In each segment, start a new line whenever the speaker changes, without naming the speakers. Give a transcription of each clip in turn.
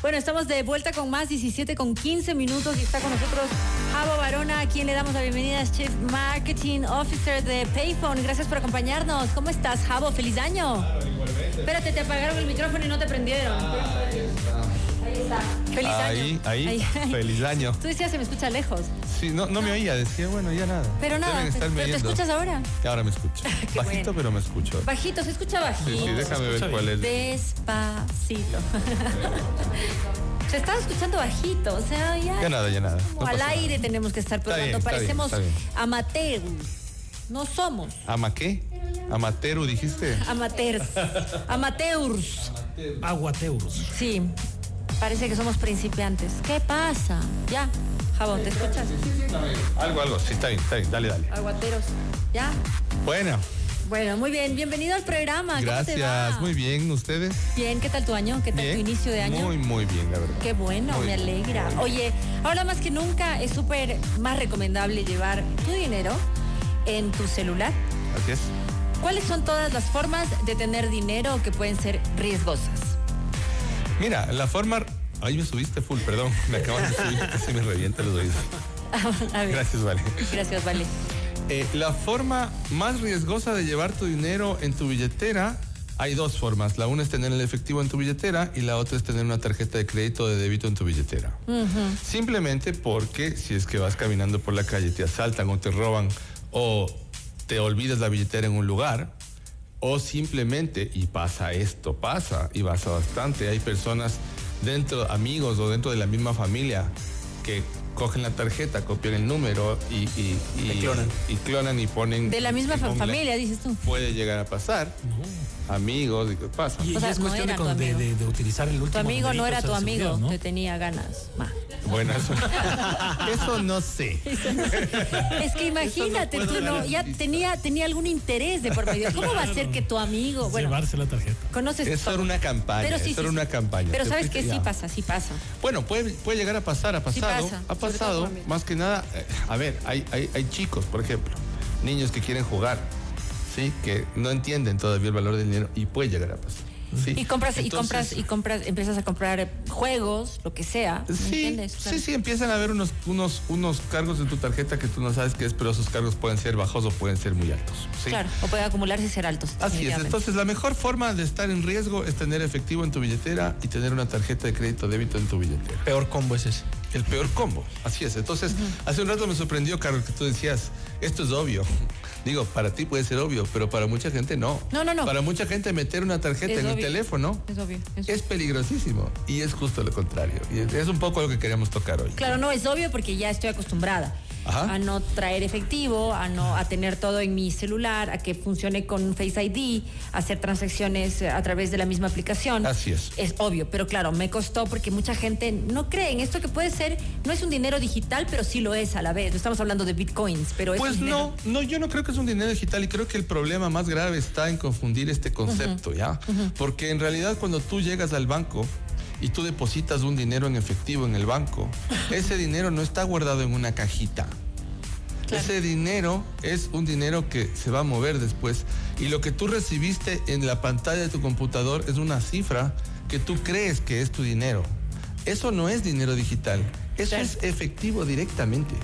Bueno, estamos de vuelta con más, 17 con 15 minutos y está con nosotros Javo Barona, a quien le damos la bienvenida, es Chief Marketing Officer de Payphone. Gracias por acompañarnos. ¿Cómo estás, Javo? ¡Feliz año! Espérate, te apagaron el micrófono y no te prendieron. Ahí está. Feliz
Ahí,
año.
ahí,
Ahí.
feliz año.
Tú decías, se me escucha lejos.
Sí, no, no me oía, decía, bueno, ya nada.
Pero nada,
Deben
te-
estarme
pero te
oyendo.
escuchas ahora.
Ahora me escucho.
Qué
Bajito,
bueno.
pero me escucho.
Bajito, se escucha bajito.
Sí, sí, déjame ver cuál es.
Despacito. Se está escuchando bajito, o sea, ya.
Ya nada, ya nada.
como
No
al
pasa nada.
aire tenemos que estar
Está
probando.
bien, está bien,
Parecemos
está bien.
amateurs. No somos
¿Ama qué? ¿Amateru dijiste?
amateurs. Amateurs.
Aguateuros.
Sí. Parece que somos principiantes. ¿Qué pasa? Ya. Jabón, ¿te escuchas?
Algo, algo. Sí, está bien, está bien. Dale, dale.
Aguateros. Ya.
Bueno,
Bueno, muy bien. Bienvenido al programa. Ah, ¿Cómo te va?
gracias. Muy bien, ¿ustedes?
Bien, ¿qué tal tu año? ¿Qué tal
Bien.
tu inicio de año?
Muy, muy bien, la verdad.
Qué bueno,
Muy
me
bien.
alegra. Oye, ahora más que nunca es súper más recomendable llevar tu dinero en tu celular.
Así es.
¿Cuáles son todas las formas de tener dinero que pueden ser riesgosas?
Mira, la forma... Ahí me subiste full, perdón. Me acabas de subir, casi me revienta los oídos.
A ver,
Gracias, vale.
Gracias, Vale.
Eh, la forma más riesgosa de llevar tu dinero en tu billetera, hay dos formas. La una es tener el efectivo en tu billetera y la otra es tener una tarjeta de crédito o de débito en tu billetera. Simplemente porque si es que vas caminando por la calle, te asaltan o te roban o te olvidas la billetera en un lugar, o simplemente, y pasa esto, pasa, y pasa bastante, hay personas dentro, amigos o dentro de la misma familia que cogen la tarjeta, copian el número y, y, y-
clonan.
y clonan y ponen...
De la misma
y
fa-
ponle-
familia, dices tú.
Puede llegar a pasar, amigos, y qué pasa.
Y,
O
y
sea,
es
no
cuestión
era
de
tu
con- de,
amigo.
de- de utilizar el último.
Tu amigo no
numerito,
era
o sea,
tu
de seguridad,
amigo,
¿no?
te tenía ganas. Ma.
Bueno, eso, eso no sé.
Es que imagínate,
Eso no
tú
puedo
no, ya
garantizar.
tenía, tenía algún interés de por medio. ¿Cómo va a ser que tu amigo, bueno,
Llevarse la tarjeta.
conoces a tu
Eso era
amigo?
una campaña,
Pero sí,
eso
sí,
era
sí.
una campaña.
Pero
Te
sabes que
fuiste-
sí
ya.
pasa, sí pasa.
Bueno, puede, puede llegar a pasar, ha
Sí
pasado,
pasa,
ha
sobre todo
pasado,
conmigo.
más que nada, eh, a ver, hay, hay, hay chicos, por ejemplo, niños que quieren jugar, ¿sí? Que no entienden todavía el valor del dinero y puede llegar a pasar. ¿sí?
Y compras, y
Entonces,
compras, y compras, empiezas a comprar juegos, lo que sea. ¿me
Sí,
entiendes?
sí,
Claro.
sí, empiezan a haber unos, unos, unos cargos en tu tarjeta que tú no sabes qué es, pero esos cargos pueden ser bajos o pueden ser muy altos. ¿sí?
Claro, o puede acumularse y ser altos.
Así es,
definitivamente.
entonces la mejor forma de estar en riesgo es tener efectivo en tu billetera y tener una tarjeta de crédito o débito en tu billetera.
Peor combo es ese.
El peor combo, así es. Entonces, hace un rato me sorprendió, Carlos, que tú decías, esto es obvio. Digo, para ti puede ser obvio, pero para mucha gente no.
No, no, no.
Para mucha gente meter una tarjeta
Es
en el
obvio.
teléfono
Es obvio. es-
es peligrosísimo y es justo lo contrario. Y es- es un poco lo que queremos tocar hoy.
Claro, no es obvio porque ya estoy acostumbrada
Ajá.
a no traer efectivo, a no a tener todo en mi celular, a que funcione con Face ID, a hacer transacciones eh, a través de la misma aplicación.
Así es.
Es obvio, pero claro, me costó porque mucha gente no cree en esto que puede ser, no es un dinero digital, pero sí lo es a la vez. No estamos hablando de bitcoins, pero es
Pues
un dinero-
no, no, yo no creo que es un dinero digital y creo que el problema más grave está en confundir este concepto, ¿ya? Porque en realidad cuando tú llegas al banco y tú depositas un dinero en efectivo en el banco, ese dinero no está guardado en una cajita.
Claro.
Ese dinero es un dinero que se va a mover después y lo que tú recibiste en la pantalla de tu computador es una cifra que tú crees que es tu dinero. Eso no es dinero digital, eso
Claro.
es efectivo directamente.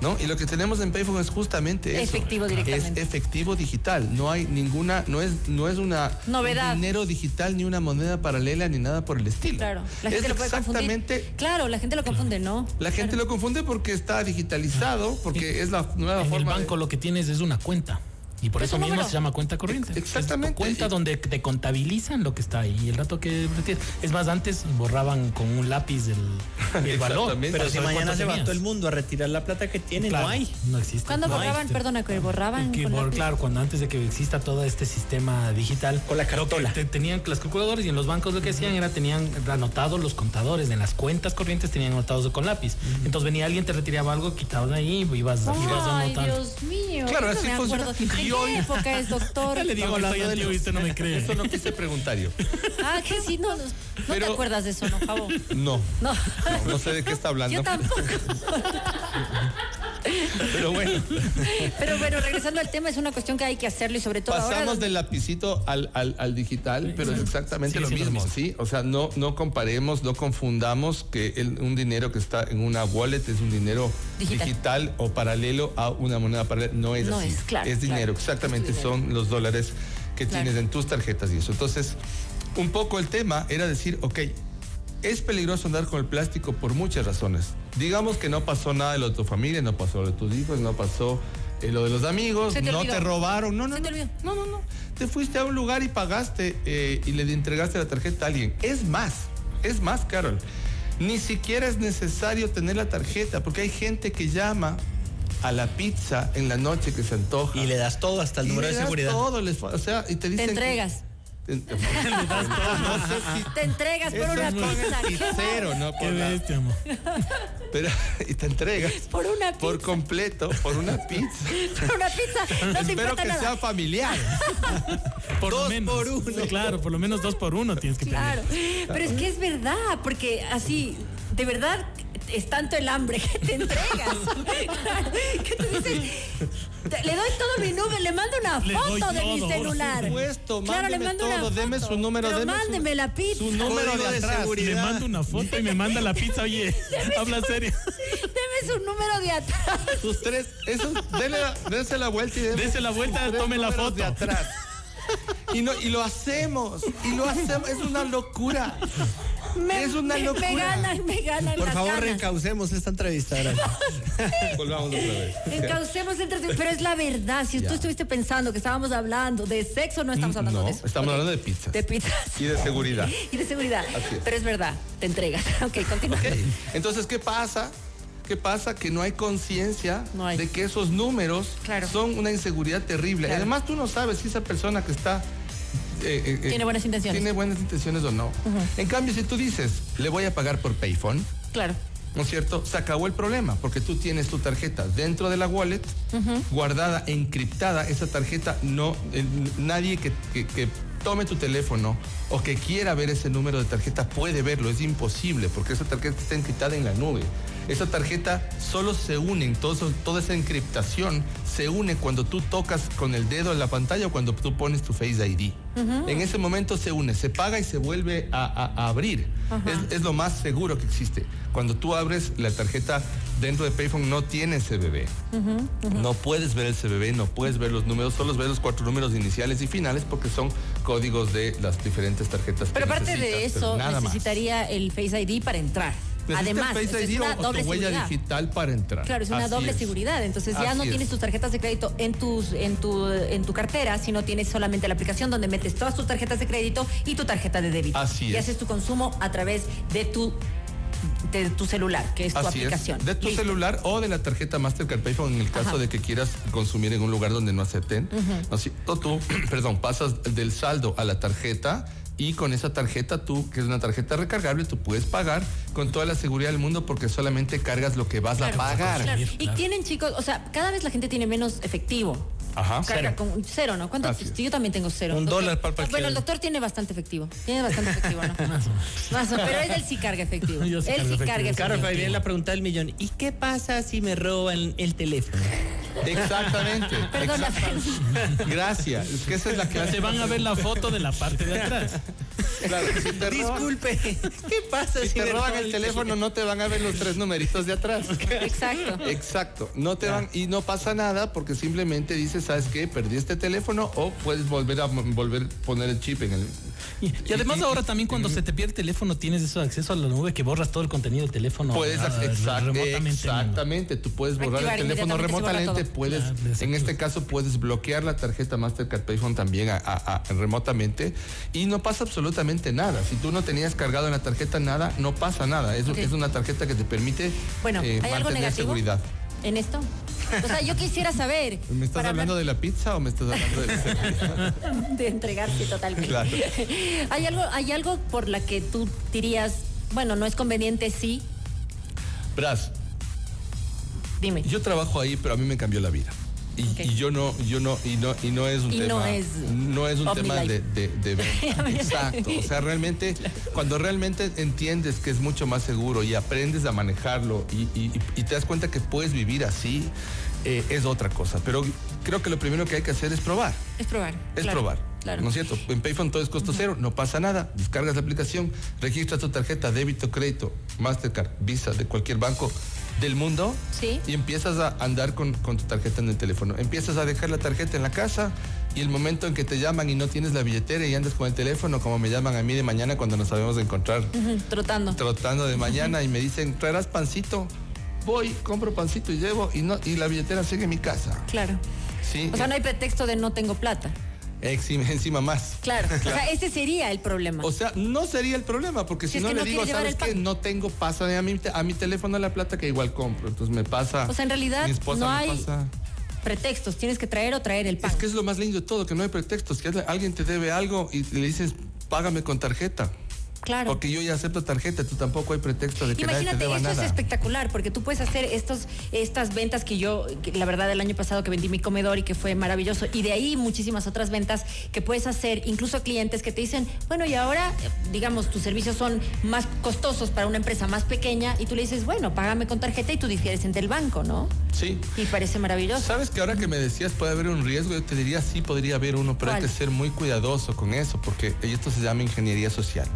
¿No? Y lo que tenemos en Payphone es justamente eso.
Efectivo directamente.
Es efectivo digital. No hay ninguna, no es, no es una un
Novedad.
dinero digital ni una moneda paralela ni nada por el estilo.
Claro, la
es
gente lo puede
exactamente
confundir. Claro, la gente lo confunde, ¿no?
la gente lo confunde porque está digitalizado, porque es la nueva
En el
forma. de-
banco lo que tienes es una cuenta. Y por
Es
eso
un
mismo
número.
se llama cuenta corriente.
Ex- exactamente.
Es tu cuenta
Y-
donde te contabilizan lo que está ahí y el dato que retienes. Es más, antes borraban con un lápiz el, el valor.
Exactamente.
Pero si
¿sabes
mañana
cuánto
se va
tenías?
todo el mundo a retirar la plata que tiene,
Claro,
no hay.
No existe.
¿Cuándo
no hay.
borraban? Perdona, que borraban.
Que,
con
por-
lápiz?
claro, cuando antes de que exista todo este sistema digital,
Con la
creo que
cartola.
te- tenían las calculadoras y en los bancos lo que hacían era tenían anotados los contadores, en las cuentas corrientes tenían anotados con lápiz. Entonces venía alguien, te retiraba algo, quitabas ahí y ibas, ibas
Ay,
anotando.
Dios mío.
Claro,
yo no
así
me
funciona.
acuerdo. ¿En
Y hoy-
qué época es, doctor?
Ya le
Estamos
digo que soy
hablando de
antiguo y
los-
usted no me cree.
Eso no quise preguntar yo.
Ah, que sí, no, no te
Pero-
acuerdas de eso, ¿no, Javo?
No.
No.
Ah, No, no sé de qué está hablando.
Yo tampoco.
Pero bueno,
Pero bueno, regresando al tema, es una cuestión que hay que hacerlo y sobre todo ahora...
pasamos
donde-
del lapicito al, al- al digital, pero es exactamente
Sigue
lo
siendo lo
mismo,
mismo.
¿sí? O sea, no, no comparemos, no confundamos que el- un dinero que está en una wallet es un dinero
Digital.
digital, o paralelo a una moneda paralela. No es
No
así.
es, claro,
es dinero,
claro.
exactamente.
Es dinero.
Son los dólares que
Claro.
tienes en tus tarjetas y eso. Entonces, un poco el tema era decir, ok, es peligroso andar con el plástico por muchas razones. Digamos que no pasó nada de lo de tu familia, no pasó lo de tus hijos, no pasó eh, lo de los amigos,
Se te
no
olvidó.
te robaron, no, no,
Se te
no,
olvidó.
no, no, no. Te fuiste a un lugar y pagaste eh, y le entregaste la tarjeta a alguien. Es más, es más, Carol. Ni siquiera es necesario tener la tarjeta porque hay gente que llama a la pizza en la noche que se antoja.
Y le das todo hasta el
Y
número
le
de
das
seguridad.
todo, les fa- o sea, y te dicen. que-
entregas.
Te- le das todo, no sé si-
Te entregas por
Eso
una
es muy
pizza. ¿Qué
sincero, no por la-
amor.
Pero, y te entregas
Por una pizza.
por completo, por una pizza.
Por una pizza. No te
Espero
importa
que
nada.
sea familiar.
Por
Dos
lo menos.
por uno.
Claro, por lo menos dos por uno tienes que pedir.
Claro. Pero es que es verdad, porque así, de verdad, es tanto el hambre que te entregas. Claro, que te dices, te- le doy todo mi nube, le mando una
Le doy
foto de mi
todo, por
celular.
supuesto,
claro, le
mándeme
mando una
todo, deme
foto,
su número,
pero
deme su-
mándeme la pizza.
su número
Código
de
de
atrás.
seguridad.
Le mando una foto y me manda la pizza. Oye, habla serio.
Deme su número de atrás.
Sus tres, esos, dele la- dese la vuelta y deme
Dese la vuelta,
sus tres
tome la
números de
foto.
atrás. Y, no, y lo hacemos, y lo hacemos, es una locura.
Me,
Es una
me-
locura.
Me ganan, me ganan
Por
las
favor,
ganas.
reencaucemos esta entrevista. ahora.
Volvamos otra vez.
Encaucemos entre pero es la verdad. Si tú
Ya. Mm,
estuviste pensando que estábamos hablando de sexo, no estamos hablando
No,
de eso.
estamos
Ok.
hablando de pizzas.
De pizzas.
Y de seguridad.
Y de seguridad.
Así es.
Pero es verdad, te entregas. Ok, continúa.
Ok, Entonces, ¿qué pasa? ¿Qué pasa? Que no hay conciencia
No hay.
de que esos números
Claro.
son una inseguridad terrible.
Claro.
Además, tú no sabes si esa persona que está... eh, eh, eh,
Tiene buenas intenciones.
Tiene buenas intenciones o no. En cambio, si tú dices, le voy a pagar por Payphone,
Claro.
¿no es cierto? Se acabó el problema, porque tú tienes tu tarjeta dentro de la wallet, guardada, encriptada. Esa tarjeta no, eh, nadie que, que- que tome tu teléfono o que quiera ver ese número de tarjeta puede verlo. Es imposible, porque esa tarjeta está encriptada en la nube. Esa tarjeta solo se une, entonces toda esa encriptación se une cuando tú tocas con el dedo en la pantalla o cuando tú pones tu Face ID. En ese momento se une, se paga y se vuelve a, a- a abrir. Es, es lo más seguro que existe. Cuando tú abres la tarjeta dentro de Payphone no tiene CBB. No puedes ver el CBB, no puedes ver los números, solo ves los cuatro números iniciales y finales porque son códigos de las diferentes tarjetas. que
Pero aparte de
necesitas, pero
eso,
nada más.
necesitaría el Face ID para entrar.
Necesitas
Además,
Face
eso es
ID o-
una
o tu
doble
huella
seguridad.
digital para entrar.
Claro, es una
Así
doble
es.
seguridad. Entonces ya
Así
no
es.
tienes tus tarjetas de crédito en tus, en tu, en tu cartera, sino tienes solamente la aplicación donde metes todas tus tarjetas de crédito y tu tarjeta de débito.
Así
y
es.
haces tu consumo a través de tu de tu celular, que es tu
Así
aplicación.
es, de tu
Listo.
celular o de la tarjeta Mastercard Payphone en el caso
Ajá.
de que quieras consumir en un lugar donde no acepten. Así, o tú, perdón, pasas del saldo a la tarjeta y con esa tarjeta tú, que es una tarjeta recargable, tú puedes pagar con toda la seguridad del mundo porque solamente cargas lo que vas
Claro,
a pagar.
claro.
Consumir,
Y
claro.
tienen chicos, o sea, cada vez la gente tiene menos efectivo.
Ajá.
Carga con cero, ¿no? ¿Cuánto?
Ah, Así es.
Yo también tengo cero.
Un
Doctor- oh,
dólar para cualquier-
Bueno, el doctor tiene bastante efectivo. Tiene bastante efectivo, ¿no? Más o menos. Pero él, él sí carga efectivo.
Yo sí
él
cargo
sí carga
efectivo.
efectivo.
Claro, pero ahí viene la pregunta del millón. ¿Y qué pasa si me roban el teléfono?
Exactamente.
Perdona.
exactamente. Gracias. Es que esa es la clase.
Te van a ver la foto de la parte de atrás.
Claro, si te roban-
Disculpe, ¿qué pasa
si
si,
te
me
roban el teléfono no te van a ver los tres numeritos de atrás.
Exacto.
Exacto, no te van y no pasa nada porque simplemente dices, ¿sabes qué? Perdí este teléfono o puedes volver a m- volver poner el chip en el
Y, y además ahora también cuando se te pierde el teléfono tienes eso de acceso a la nube que borras todo el contenido del teléfono.
puedes
ah,
ac- exact-
remotamente,
exactamente, tú puedes borrar
Activar
el teléfono
inmediatamente, se borra
remotamente,
todo.
puedes
Claro,
en
desactivas.
este caso puedes bloquear la tarjeta Mastercard Payphone también a- a- a- remotamente y no pasa absolutamente nada. Si tú no tenías cargado en la tarjeta nada, no pasa nada. Es,
Ok.
es una tarjeta que te permite
Bueno,
eh,
¿hay algo
mantener
negativo
seguridad.
en esto? O sea, yo quisiera saber.
¿Me estás
para
hablando
hablar
de la pizza o me estás hablando de la
de entregarse totalmente.
Claro.
¿Hay algo hay algo por la que tú dirías, bueno, no es conveniente sí?
Verás,
Dime.
Yo trabajo ahí, pero a mí me cambió la vida. Y,
Ok.
y yo no, yo no, y no, y no es un
Y
tema.
no es
no es un
of
tema
my
de,
life.
de, de
Ya
venta.
me
Exacto. O sea, realmente, cuando realmente entiendes que es mucho más seguro y aprendes a manejarlo y, y- y- y te das cuenta que puedes vivir así, eh, es otra cosa. Pero creo que lo primero que hay que hacer es probar.
Es probar.
Es
claro,
probar.
Claro.
¿No es cierto? En Payphone todo es costo cero, no pasa nada. Descargas la aplicación, registras tu tarjeta, débito, crédito, Mastercard, Visa, de cualquier banco del mundo.
Sí.
Y empiezas a andar con, con tu tarjeta en el teléfono. Empiezas a dejar la tarjeta en la casa y el momento en que te llaman y no tienes la billetera y andas con el teléfono, como me llaman a mí de mañana cuando nos sabemos encontrar
Ujú, Trotando.
trotando de mañana y me dicen, traerás pancito. Voy, compro pancito y llevo y, no, y la billetera sigue en mi casa.
Claro.
Sí.
O sea, no hay pretexto de no tengo plata.
Exi- encima más.
Claro. O sea, ese sería el problema.
O sea, no sería el problema, porque si,
Si es
no
que
le
no
digo,
quiere llevar
¿sabes
el
qué?
pan".
No tengo, pásame a mi, te- a mi teléfono la plata que igual compro. Entonces me pasa.
O sea, en realidad
mi esposa
no
me
hay
pasa.
pretextos. Tienes que traer o traer el pan.
Es que es lo más lindo de todo, que no hay pretextos, que alguien te debe algo y le dices, págame con tarjeta.
claro.
Porque yo ya acepto tarjeta, tú tampoco hay pretexto de que nadie te
Imagínate,
deba
esto
nada.
es espectacular porque tú puedes hacer estos, estas ventas que yo, que la verdad, el año pasado que vendí mi comedor y que fue maravilloso. Y de ahí muchísimas otras ventas que puedes hacer, incluso clientes que te dicen, bueno, y ahora, eh, digamos, tus servicios son más costosos para una empresa más pequeña y tú le dices, bueno, págame con tarjeta y tú difieres entre el banco, ¿no?
Sí.
Y parece maravilloso.
Sabes que ahora que me decías puede haber un riesgo, yo te diría sí podría haber uno, pero hay
¿Cuál?
que ser muy cuidadoso con eso, porque esto se llama ingeniería social.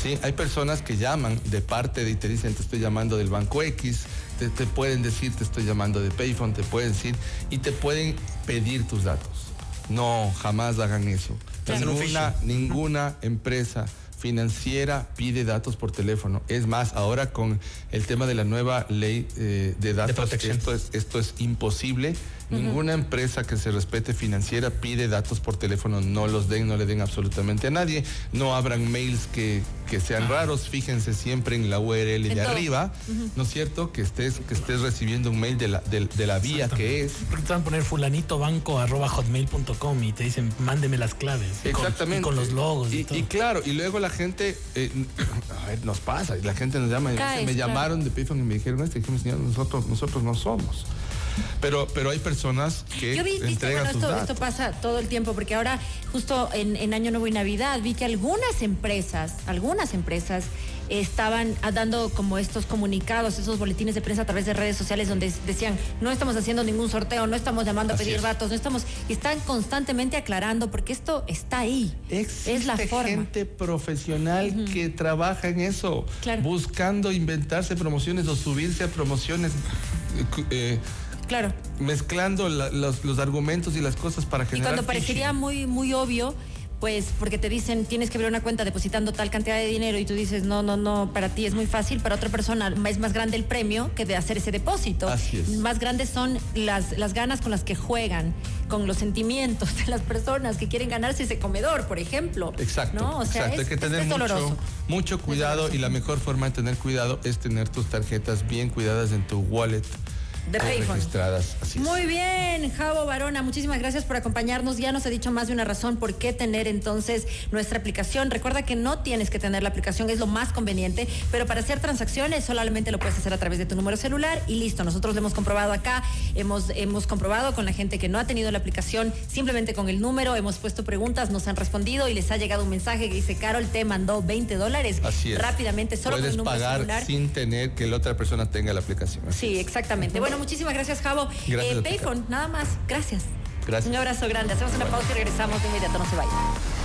Sí, hay personas que llaman de parte de y te dicen te estoy llamando del banco X, te, te pueden decir te estoy llamando de Payphone, te pueden decir y te pueden pedir tus datos. No, jamás hagan eso.
Claro.
Ninguna, ninguna empresa financiera pide datos por teléfono. Es más, ahora con el tema de la nueva ley eh, de datos,
protección.
esto es, esto es imposible. Ninguna empresa que se respete financiera pide datos por teléfono, no los den, no le den absolutamente a nadie. No abran mails que, que sean raros, fíjense siempre en la URL
En
de
todo.
arriba, ¿no es cierto? Que estés, que estés recibiendo un mail de la, de, de la vía que es.
Porque te van a poner fulanito banco arroba hotmail.com y te dicen mándeme las claves. Y con-
Exactamente.
y Con, los logos y,
Y,
todo.
y claro, y luego la gente, eh, a ver, nos pasa, y la gente nos llama y dice,
Caes,
me
claro.
llamaron de Payphone y me dijeron esto, y dijimos, señor, nosotros, nosotros no somos. Pero, pero hay personas que
Yo vi, viste,
entregan
bueno,
sus
esto,
datos.
esto pasa todo el tiempo, porque ahora justo en, en Año Nuevo y Navidad vi que algunas empresas, algunas empresas estaban ah, dando como estos comunicados, esos boletines de prensa a través de redes sociales donde s- decían, no estamos haciendo ningún sorteo, no estamos llamando a
Así
pedir
es.
datos, no estamos, y están constantemente aclarando, porque esto está ahí, es la
Existe
forma.
gente profesional que trabaja en eso,
Claro.
buscando inventarse promociones o subirse a promociones, eh, cu- eh,
Claro.
mezclando la- los, los argumentos y las cosas para
Y
generar.
cuando parecería
phishing.
muy, muy obvio, pues porque te dicen tienes que abrir una cuenta depositando tal cantidad de dinero y tú dices, no, no, no, para ti es muy fácil, para otra persona es más grande el premio que de hacer ese depósito.
Así es.
Más grandes son las, las ganas con las que juegan, con los sentimientos de las personas que quieren ganarse ese comedor, por ejemplo.
Exacto.
¿No? O sea,
exacto.
es,
Hay que
es-
tener
es doloroso.
mucho, mucho cuidado y la mejor forma de tener cuidado es tener tus tarjetas bien cuidadas en tu wallet
De
eh,
Payphone.
registradas. Así es.
Muy bien, Javo Barona, muchísimas gracias por acompañarnos. Ya nos ha dicho más de una razón por qué tener entonces nuestra aplicación. Recuerda que no tienes que tener la aplicación, es lo más conveniente, pero para hacer transacciones solamente lo puedes hacer a través de tu número celular y listo. Nosotros lo hemos comprobado acá, hemos, hemos comprobado con la gente que no ha tenido la aplicación, simplemente con el número, hemos puesto preguntas, nos han respondido y les ha llegado un mensaje que dice, Carol te mandó 20 dólares
Así es.
rápidamente, solo
Puedes
con el número
pagar
celular.
sin tener que la otra persona tenga la aplicación. Así
Sí, exactamente. Bueno, muchísimas gracias, Javo. Eh,
Gracias a ti,
Payphone, nada más. Gracias.
Gracias.
Un abrazo grande. Hacemos una pausa y regresamos de inmediato. No se vayan.